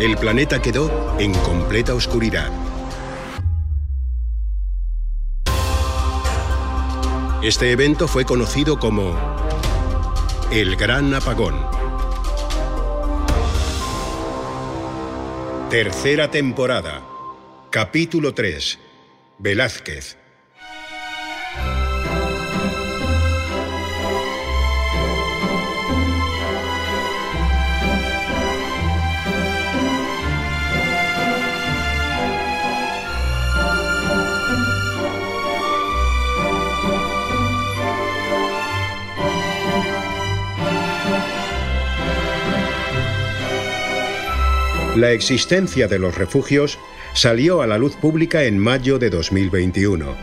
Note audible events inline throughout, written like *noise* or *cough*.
El planeta quedó en completa oscuridad. Este evento fue conocido como el Gran Apagón. Tercera temporada, capítulo 3, Velázquez. La existencia de los refugios salió a la luz pública en mayo de 2021.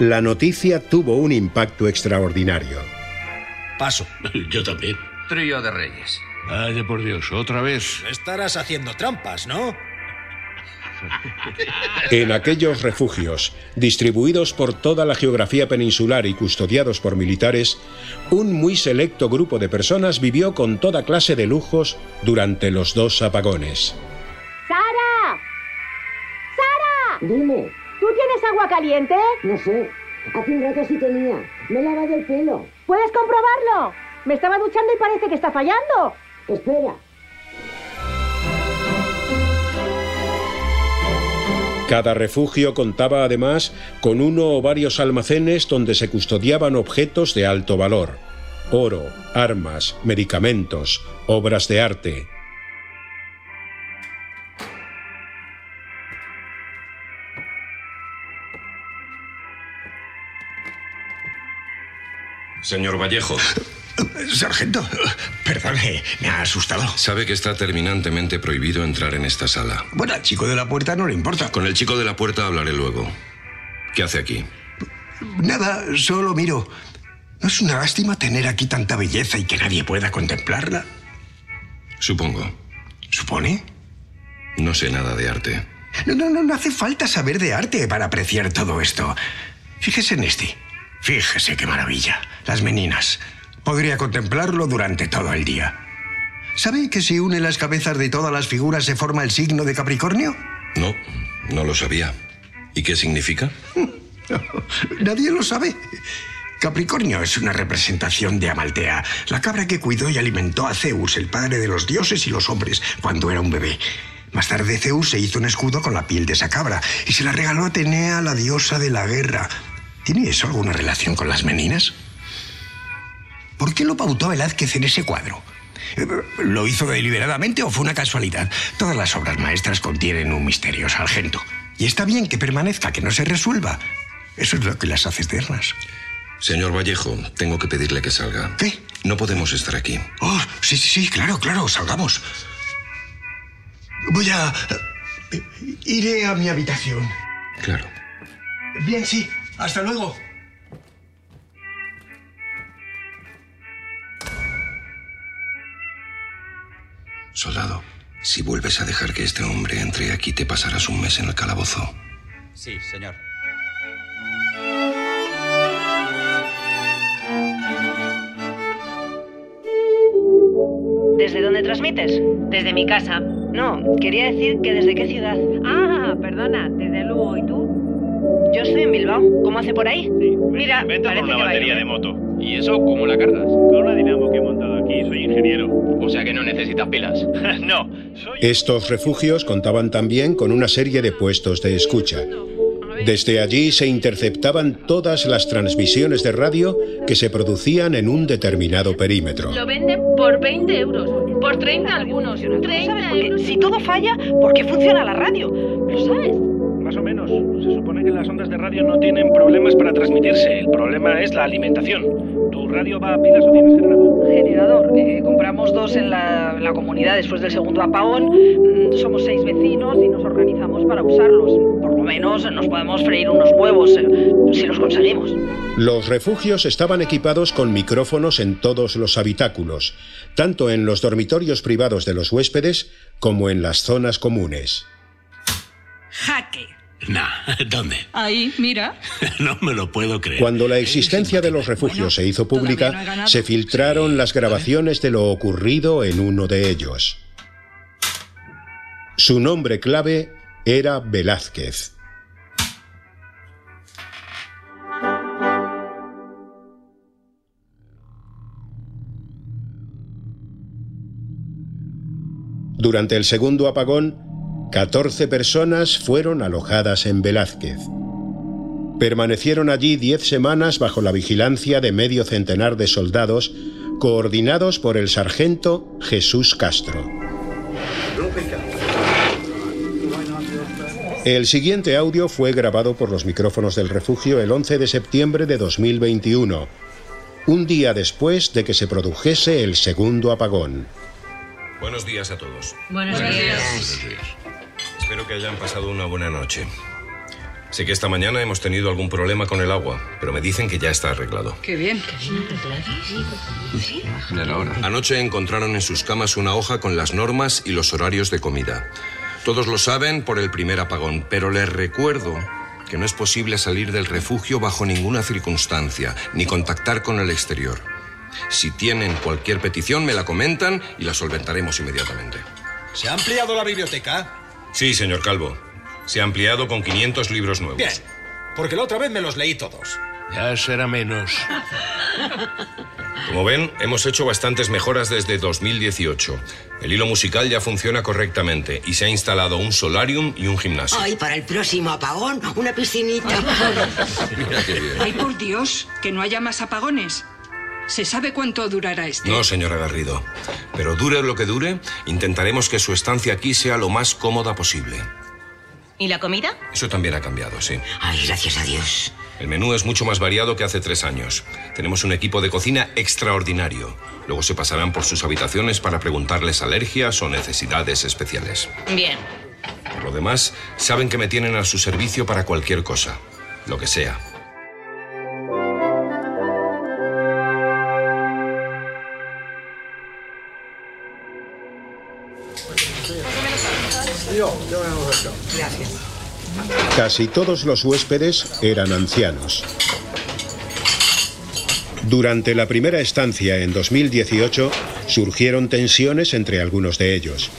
La noticia tuvo un impacto extraordinario. Paso. *clears throat* Yo también. Trío de reyes. Vaya por Dios, otra vez. Estarás haciendo trampas, ¿no? *laughs* En aquellos refugios, distribuidos por toda la geografía peninsular y custodiados por militares, un muy selecto grupo de personas vivió con toda clase de lujos durante los dos apagones. ¡Sara! ¡Sara! Dime, ¿Tú tienes agua caliente? no sé. Hace un rato sí tenía. Me he lavado el pelo. ¿Puedes comprobarlo? Me estaba duchando y parece que está fallando. Espera. Cada refugio contaba además con uno o varios almacenes donde se custodiaban objetos de alto valor. Oro, armas, medicamentos, obras de arte. Señor Vallejo, Sargento, perdone, me ha asustado. sabe que está terminantemente prohibido entrar en esta sala. Bueno, al chico de la puerta no le importa. Con el chico de la puerta hablaré luego. ¿Qué hace aquí? Nada, solo miro. ¿No es una lástima tener aquí tanta belleza y que nadie pueda contemplarla? Supongo. ¿Supone? No sé nada de arte. No, no, no, no hace falta saber de arte para apreciar todo esto. Fíjese en este. Fíjese qué maravilla. Las meninas. Podría contemplarlo durante todo el día. ¿Sabe que si une las cabezas de todas las figuras se forma el signo de Capricornio? No, no lo sabía. ¿Y qué significa? *laughs* Nadie lo sabe. Capricornio es una representación de Amaltea, la cabra que cuidó y alimentó a Zeus, el padre de los dioses y los hombres, cuando era un bebé. Más tarde Zeus se hizo un escudo con la piel de esa cabra y se la regaló a Atenea, la diosa de la guerra. ¿Tiene eso alguna relación con las meninas? ¿Por qué lo pautó Velázquez en ese cuadro? Eh, ¿Lo hizo deliberadamente o fue una casualidad? Todas las obras maestras contienen un misterio, sargento. Y está bien que permanezca, que no se resuelva. Eso es lo que las hace eternas. Señor Vallejo, tengo que pedirle que salga. ¿Qué? No podemos estar aquí. Oh, sí, sí, sí, claro, claro, salgamos. Voy a... eh, Iré a mi habitación. Claro. Bien, sí. Hasta luego. Soldado, si vuelves a dejar que este hombre entre aquí, te pasarás un mes en el calabozo. Sí, señor. ¿Desde dónde transmites? Desde mi casa. No, quería decir que desde qué ciudad. Ah, perdona, desde Lugo. ¿Y tú? Yo estoy en Bilbao. ¿Cómo hace por ahí? Mira, parece que va a llover. moto. ¿Y eso cómo la cargas? Con una dinamo que he montado aquí, soy ingeniero. O sea que no necesitas pilas. *laughs* no, *laughs* soy... Estos refugios contaban también con una serie de puestos de escucha. Desde allí se interceptaban todas las transmisiones de radio que se producían en un determinado perímetro. Lo venden por 20 euros, por 30 algunos, ¿Tú 30 sabes por qué? euros. Si todo falla, ¿por qué funciona la radio? ¿Lo sabes? Más o menos. Se supone que las ondas de radio no tienen problemas para transmitirse. El problema es la alimentación. ¿Tu radio va a pilas o tienes generador? Generador. eh, compramos dos en la, en la comunidad después del segundo apagón. Mm, somos seis vecinos y nos organizamos para usarlos. Por lo menos nos podemos freír unos huevos eh, si los conseguimos. Los refugios estaban equipados con micrófonos en todos los habitáculos, tanto en los dormitorios privados de los huéspedes como en las zonas comunes. Jaque. Nah, *laughs* ¿dónde? Ahí, mira. *laughs* No me lo puedo creer. Cuando la existencia de los refugios se hizo todavía no he pública, ganado. se filtraron las grabaciones de lo ocurrido en uno de ellos. Su nombre clave era Velázquez. Durante el segundo apagón, 14 personas fueron alojadas en Velázquez. Permanecieron allí 10 semanas bajo la vigilancia de medio centenar de soldados, coordinados por el sargento Jesús Castro. El siguiente audio fue grabado por los micrófonos del refugio el 11 de septiembre de 2021, un día después de que se produjese el segundo apagón. Buenos días a todos. Buenos días. Espero que hayan pasado una buena noche. Sé que esta mañana hemos tenido algún problema con el agua, pero me dicen que ya está arreglado. Qué bien. Anoche encontraron en sus camas una hoja con las normas y los horarios de comida. Todos lo saben por el primer apagón, pero les recuerdo que no es posible salir del refugio bajo ninguna circunstancia, ni contactar con el exterior. Si tienen cualquier petición, me la comentan y la solventaremos inmediatamente. ¿Se ha ampliado la biblioteca? Sí, señor Calvo. Se ha ampliado con 500 libros nuevos. Bien, porque la otra vez me los leí todos. Ya será menos. Como ven, hemos hecho bastantes mejoras desde 2018. El hilo musical ya funciona correctamente y se ha instalado un solarium y un gimnasio. Ay, para el próximo apagón, una piscinita. Mira qué bien. Ay, por Dios, que no haya más apagones. ¿Se sabe cuánto durará este? No, señora Garrido. Pero dure lo que dure, intentaremos que su estancia aquí sea lo más cómoda posible. ¿Y la comida? Eso también ha cambiado, sí. Ay, gracias a Dios. El menú es mucho más variado que hace tres años. Tenemos un equipo de cocina extraordinario. Luego se pasarán por sus habitaciones para preguntarles alergias o necesidades especiales. Bien. Por lo demás, saben que me tienen a su servicio para cualquier cosa, lo que sea. Casi todos los huéspedes eran ancianos. Durante la primera estancia en 2018 surgieron tensiones entre algunos de ellos.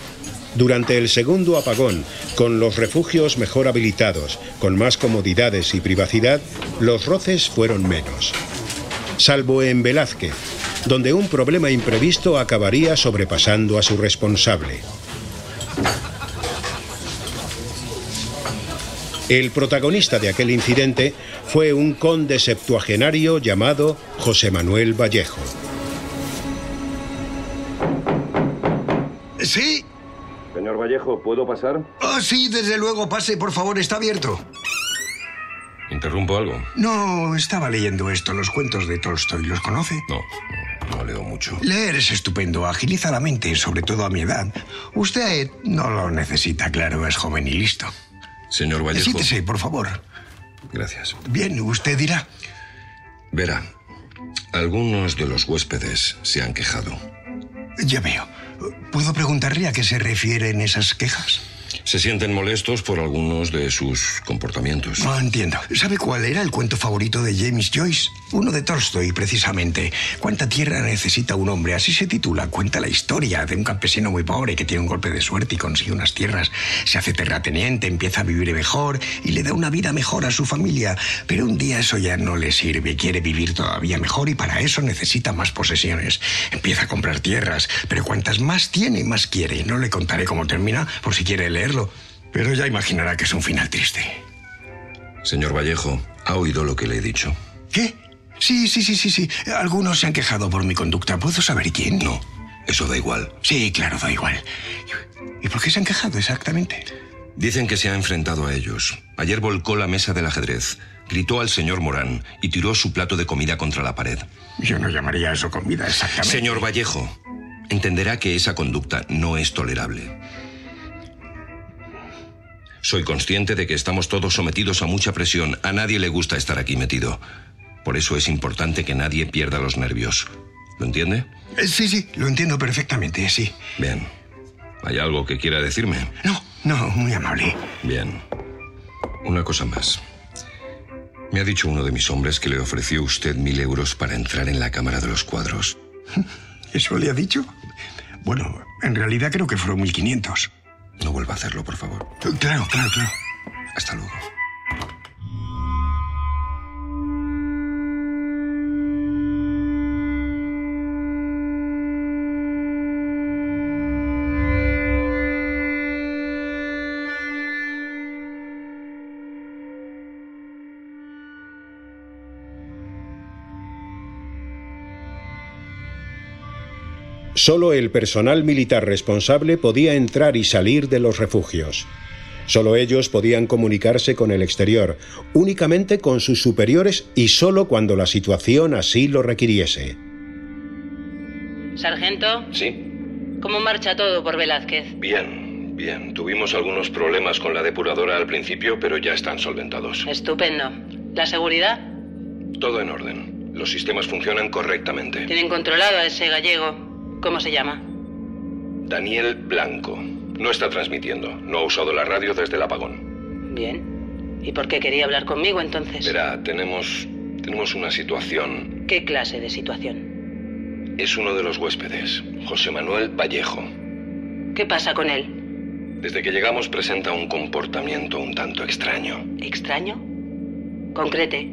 Durante el segundo apagón, con los refugios mejor habilitados, con más comodidades y privacidad, los roces fueron menos. Salvo en Velázquez, donde un problema imprevisto acabaría sobrepasando a su responsable. El protagonista de aquel incidente fue un conde septuagenario llamado José Manuel Vallejo. ¿Sí? Señor Vallejo, ¿puedo pasar? Oh, sí, desde luego, pase, por favor, está abierto. ¿Interrumpo algo? No, estaba leyendo esto, los cuentos de Tolstoy, ¿los conoce? No, no, no leo mucho. Leer es estupendo, agiliza la mente, sobre todo a mi edad. Usted no lo necesita, claro, es joven y listo. Señor Vallejo. Siéntese, por favor. Gracias. Bien, usted dirá. Verá, algunos de los huéspedes se han quejado. Ya veo. ¿Puedo preguntarle a qué se refieren esas quejas? Se sienten molestos por algunos de sus comportamientos. No entiendo. ¿Sabe cuál era el cuento favorito de James Joyce? Uno de Tolstoy, precisamente. ¿Cuánta tierra necesita un hombre? Así se titula. Cuenta la historia de un campesino muy pobre que tiene un golpe de suerte y consigue unas tierras. Se hace terrateniente, empieza a vivir mejor y le da una vida mejor a su familia. Pero un día eso ya no le sirve. Quiere vivir todavía mejor y para eso necesita más posesiones. Empieza a comprar tierras, pero cuantas más tiene, más quiere. No le contaré cómo termina por si quiere leerlo. Pero ya imaginará que es un final triste. Señor Vallejo, ¿ha oído lo que le he dicho? ¿Qué? Sí, sí, sí, sí, sí. Algunos se han quejado por mi conducta. ¿Puedo saber quién? No. Eso da igual. Sí, claro, da igual. ¿Y por qué se han quejado exactamente? Dicen que se ha enfrentado a ellos. Ayer volcó la mesa del ajedrez, gritó al señor Morán y tiró su plato de comida contra la pared. Yo no llamaría eso comida exactamente. Señor Vallejo, entenderá que esa conducta no es tolerable. Soy consciente de que estamos todos sometidos a mucha presión. A nadie le gusta estar aquí metido. Por eso es importante que nadie pierda los nervios. ¿Lo entiende? Eh, Sí, sí, lo entiendo perfectamente, sí. Bien. ¿Hay algo que quiera decirme? No, no, muy amable. Bien. Una cosa más. Me ha dicho uno de mis hombres que le ofreció usted mil euros para entrar en la Cámara de los Cuadros. ¿Eso le ha dicho? Bueno, en realidad creo que fueron 1500. No vuelva a hacerlo, por favor. Claro, claro, claro. Hasta luego. Solo el personal militar responsable podía entrar y salir de los refugios. Solo ellos podían comunicarse con el exterior, únicamente con sus superiores y solo cuando la situación así lo requiriese. Sargento, Sí, ¿cómo marcha todo por Velázquez? bien, bien. Tuvimos algunos problemas con la depuradora al principio, pero ya están solventados. Estupendo. ¿La seguridad? Todo en orden. Los sistemas funcionan correctamente. Tienen controlado a ese gallego. ¿Cómo se llama? Daniel Blanco. No está transmitiendo. No ha usado la radio desde el apagón. Bien. ¿Y por qué quería hablar conmigo entonces? Verá, tenemos. Tenemos una situación. ¿Qué clase de situación? Es uno de los huéspedes, José Manuel Vallejo. ¿Qué pasa con él? Desde que llegamos presenta un comportamiento un tanto extraño. ¿Extraño? Concrete.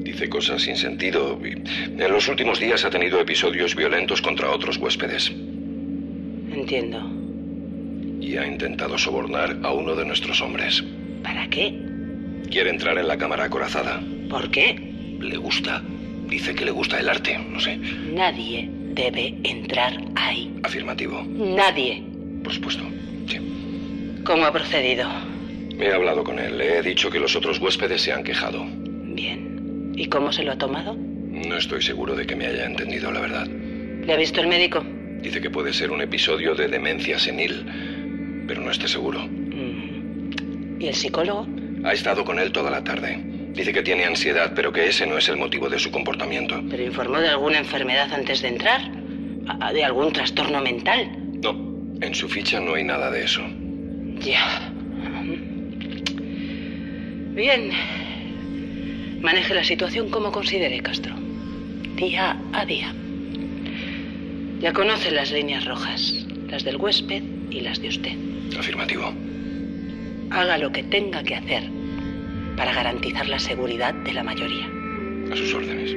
Dice cosas sin sentido y en los últimos días ha tenido episodios violentos contra otros huéspedes Entiendo. y ha intentado sobornar a uno de nuestros hombres. ¿Para qué? Quiere entrar en la cámara acorazada. ¿Por qué? Le gusta. Dice que le gusta el arte, no sé. Nadie debe entrar ahí. Afirmativo, Nadie. por supuesto. ¿Cómo ha procedido? He hablado con él, le he dicho que los otros huéspedes se han quejado. Bien. ¿Y cómo se lo ha tomado? No estoy seguro de que me haya entendido, la verdad. ¿Le ha visto el médico? Dice que puede ser un episodio de demencia senil, pero no estoy seguro. Mm. ¿Y el psicólogo? Ha estado con él toda la tarde. Dice que tiene ansiedad, pero que ese no es el motivo de su comportamiento. ¿Pero informó de alguna enfermedad antes de entrar? ¿A- ¿De algún trastorno mental? No, en su ficha no hay nada de eso. Ya. Bien. Maneje la situación como considere, Castro. Día a día. Ya conoce las líneas rojas, las del huésped y las de usted. Afirmativo. Haga lo que tenga que hacer para garantizar la seguridad de la mayoría. A sus órdenes.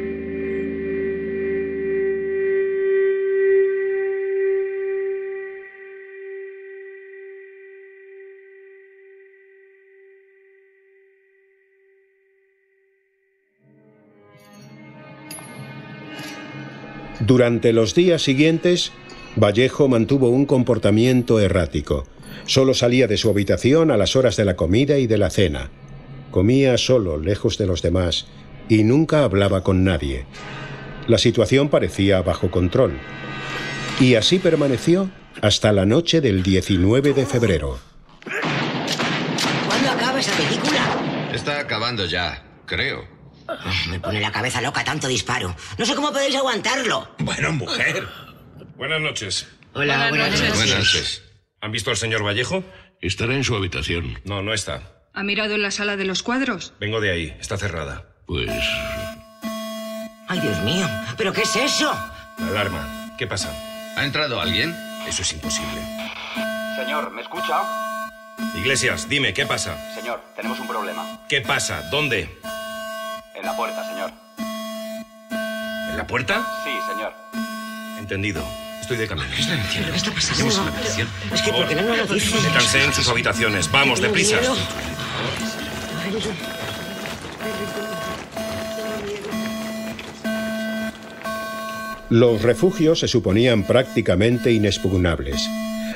Durante los días siguientes, Vallejo mantuvo un comportamiento errático. Solo salía de su habitación a las horas de la comida y de la cena. Comía solo, lejos de los demás, y nunca hablaba con nadie. La situación parecía bajo control. Y así permaneció hasta la noche del 19 de febrero. ¿Cuándo acaba esa película? Está acabando ya, creo. Me pone la cabeza loca tanto disparo. No sé cómo podéis aguantarlo. Bueno, mujer. Buenas noches. Hola, Buenas buenas noches. noches. ¿Han visto al señor Vallejo? Estará en su habitación. No, no está. ¿Ha mirado en la sala de los cuadros? Vengo de ahí. Está cerrada. Pues... Ay, Dios mío. ¿Pero qué es eso? La alarma. ¿Qué pasa? ¿Ha entrado alguien? Eso es imposible. Señor, ¿me escucha? Iglesias, dime, ¿qué pasa? Señor, tenemos un problema. ¿Qué pasa? ¿Dónde? En la puerta, señor. ¿En la puerta? Sí, señor. Entendido. Estoy de camino. ¿Qué está ¿Pero qué está pasando? Es que, ¿por qué no nos lo dices? Métanse en sus habitaciones. Vamos, Tengo deprisa. miedo. Los refugios se suponían prácticamente inexpugnables.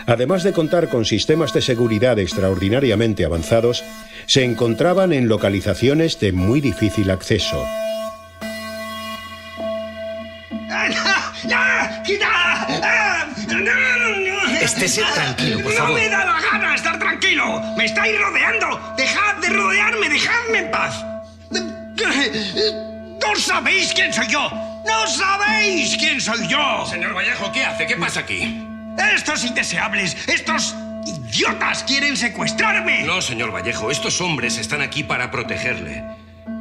Además de contar con sistemas de seguridad extraordinariamente avanzados, se encontraban en localizaciones de muy difícil acceso. ¡Quita! Estése tranquilo, por favor. da la gana estar tranquilo! tranquilo! ¡Me estáis rodeando! ¡Dejad de rodearme! ¡Dejadme en paz! ¡No sabéis quién soy yo! ¡No sabéis quién soy yo! Señor Vallejo, ¿qué hace? ¿Qué pasa aquí? ¡Estos indeseables! ¡Estos idiotas quieren secuestrarme! No, señor Vallejo, estos hombres están aquí para protegerle.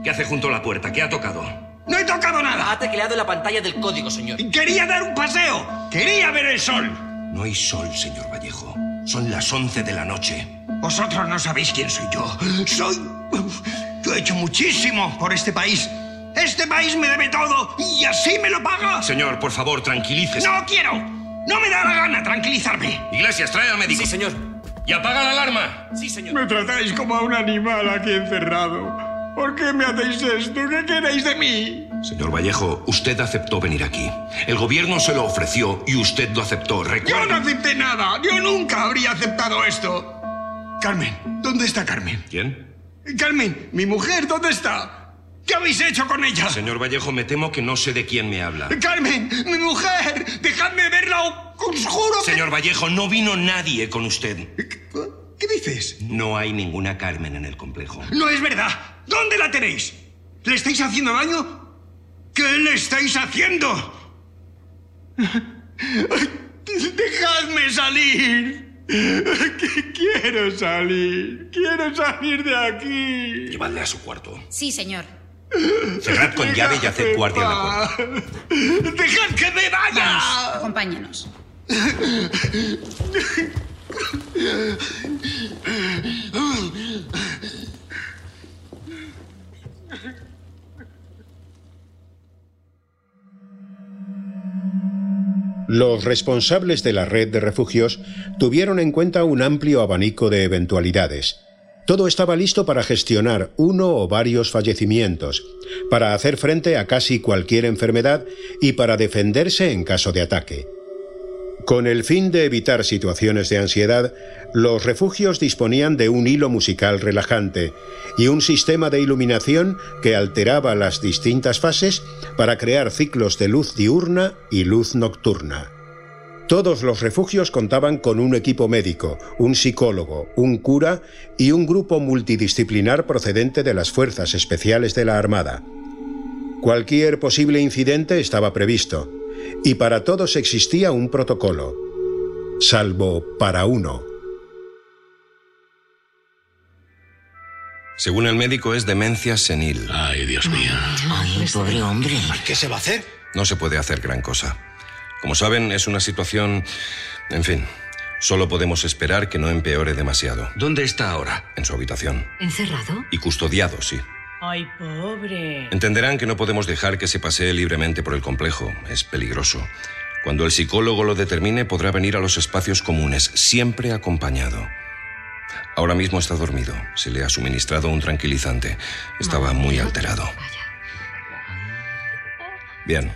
¿Qué hace junto a la puerta? ¿Qué ha tocado? ¡No he tocado nada! Ha tecleado la pantalla del código, señor. ¡Quería dar un paseo! ¡Quería ver el sol! No hay sol, señor Vallejo. Son las 11 de la noche. Vosotros no sabéis quién soy yo. Soy... Yo he hecho muchísimo por este país. Este país me debe todo y así me lo paga. Señor, por favor, tranquilícese. No quiero. No me da la gana tranquilizarme. Iglesias, trae al médico. Sí, señor. Y apaga la alarma. Sí, señor. Me tratáis como a un animal aquí encerrado. ¿Por qué me hacéis esto? ¿Qué queréis de mí? Señor Vallejo, usted aceptó venir aquí. El gobierno se lo ofreció y usted lo aceptó. Yo Recuerde. no acepté nada. Yo nunca habría aceptado esto. Carmen, ¿dónde está Carmen? ¿Quién? Carmen, mi mujer, ¿dónde está? ¿Qué habéis hecho con ella? Señor Vallejo, me temo que no sé de quién me habla. Carmen, mi mujer, dejadme verla. o- Os juro que... Señor Vallejo, no vino nadie con usted. ¿Qué dices? No hay ninguna Carmen en el complejo. No es verdad. ¿Dónde la tenéis? ¿Le estáis haciendo daño? ¿Qué le estáis haciendo? Dejadme salir. Que Quiero salir. Quiero salir de aquí. Llevadle a su cuarto. Sí, señor. Cerrad con llave y haced guardia en la puerta. ¡Dejad que me vaya! Vamos, acompáñanos. Los responsables de la red de refugios tuvieron en cuenta un amplio abanico de eventualidades. Todo estaba listo para gestionar uno o varios fallecimientos, para hacer frente a casi cualquier enfermedad y para defenderse en caso de ataque. Con el fin de evitar situaciones de ansiedad, los refugios disponían de un hilo musical relajante y un sistema de iluminación que alteraba las distintas fases para crear ciclos de luz diurna y luz nocturna. Todos los refugios contaban con un equipo médico, un psicólogo, un cura y un grupo multidisciplinar procedente de las Fuerzas Especiales de la Armada. Cualquier posible incidente estaba previsto, y para todos existía un protocolo, salvo para uno. Según el médico, es demencia senil. Ay, Dios mío. Ay, pobre hombre. ¿Qué se va a hacer? No se puede hacer gran cosa. Como saben, es una situación... En fin, solo podemos esperar que no empeore demasiado. ¿Dónde está ahora? En su habitación. ¿Encerrado? Y custodiado, sí. Ay, pobre. Entenderán que no podemos dejar que se pasee libremente por el complejo. Es peligroso. Cuando el psicólogo lo determine, podrá venir a los espacios comunes, siempre acompañado. Ahora mismo está dormido. Se le ha suministrado un tranquilizante. Estaba muy alterado. Bien,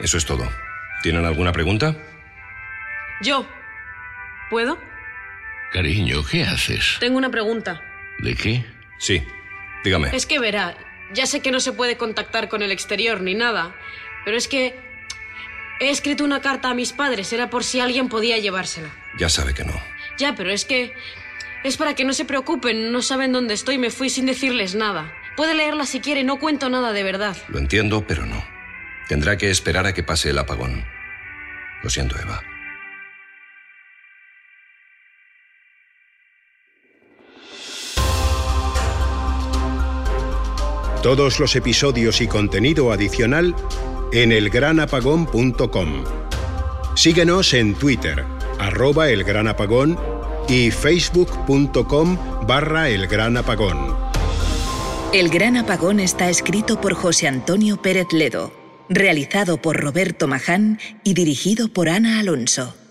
eso es todo. ¿Tienen alguna pregunta? Yo. ¿Puedo? Cariño, ¿qué haces? Tengo una pregunta. ¿De qué? Sí, dígame. Es que verá, ya sé que no se puede contactar con el exterior ni nada, pero es que he escrito una carta a mis padres, era por si alguien podía llevársela. Ya sabe que no. Ya, pero es que es para que no se preocupen, no saben dónde estoy, me fui sin decirles nada. Puede leerla si quiere, no cuento nada de verdad. Lo entiendo, pero no. Tendrá que esperar a que pase el apagón. Lo siento, Eva. Todos los episodios y contenido adicional en elgranapagón.com. Síguenos en Twitter, arroba elgranapagón y facebook.com barra elgranapagón. El Gran Apagón está escrito por José Antonio Pérez Ledo, realizado por Roberto Maján y dirigido por Ana Alonso.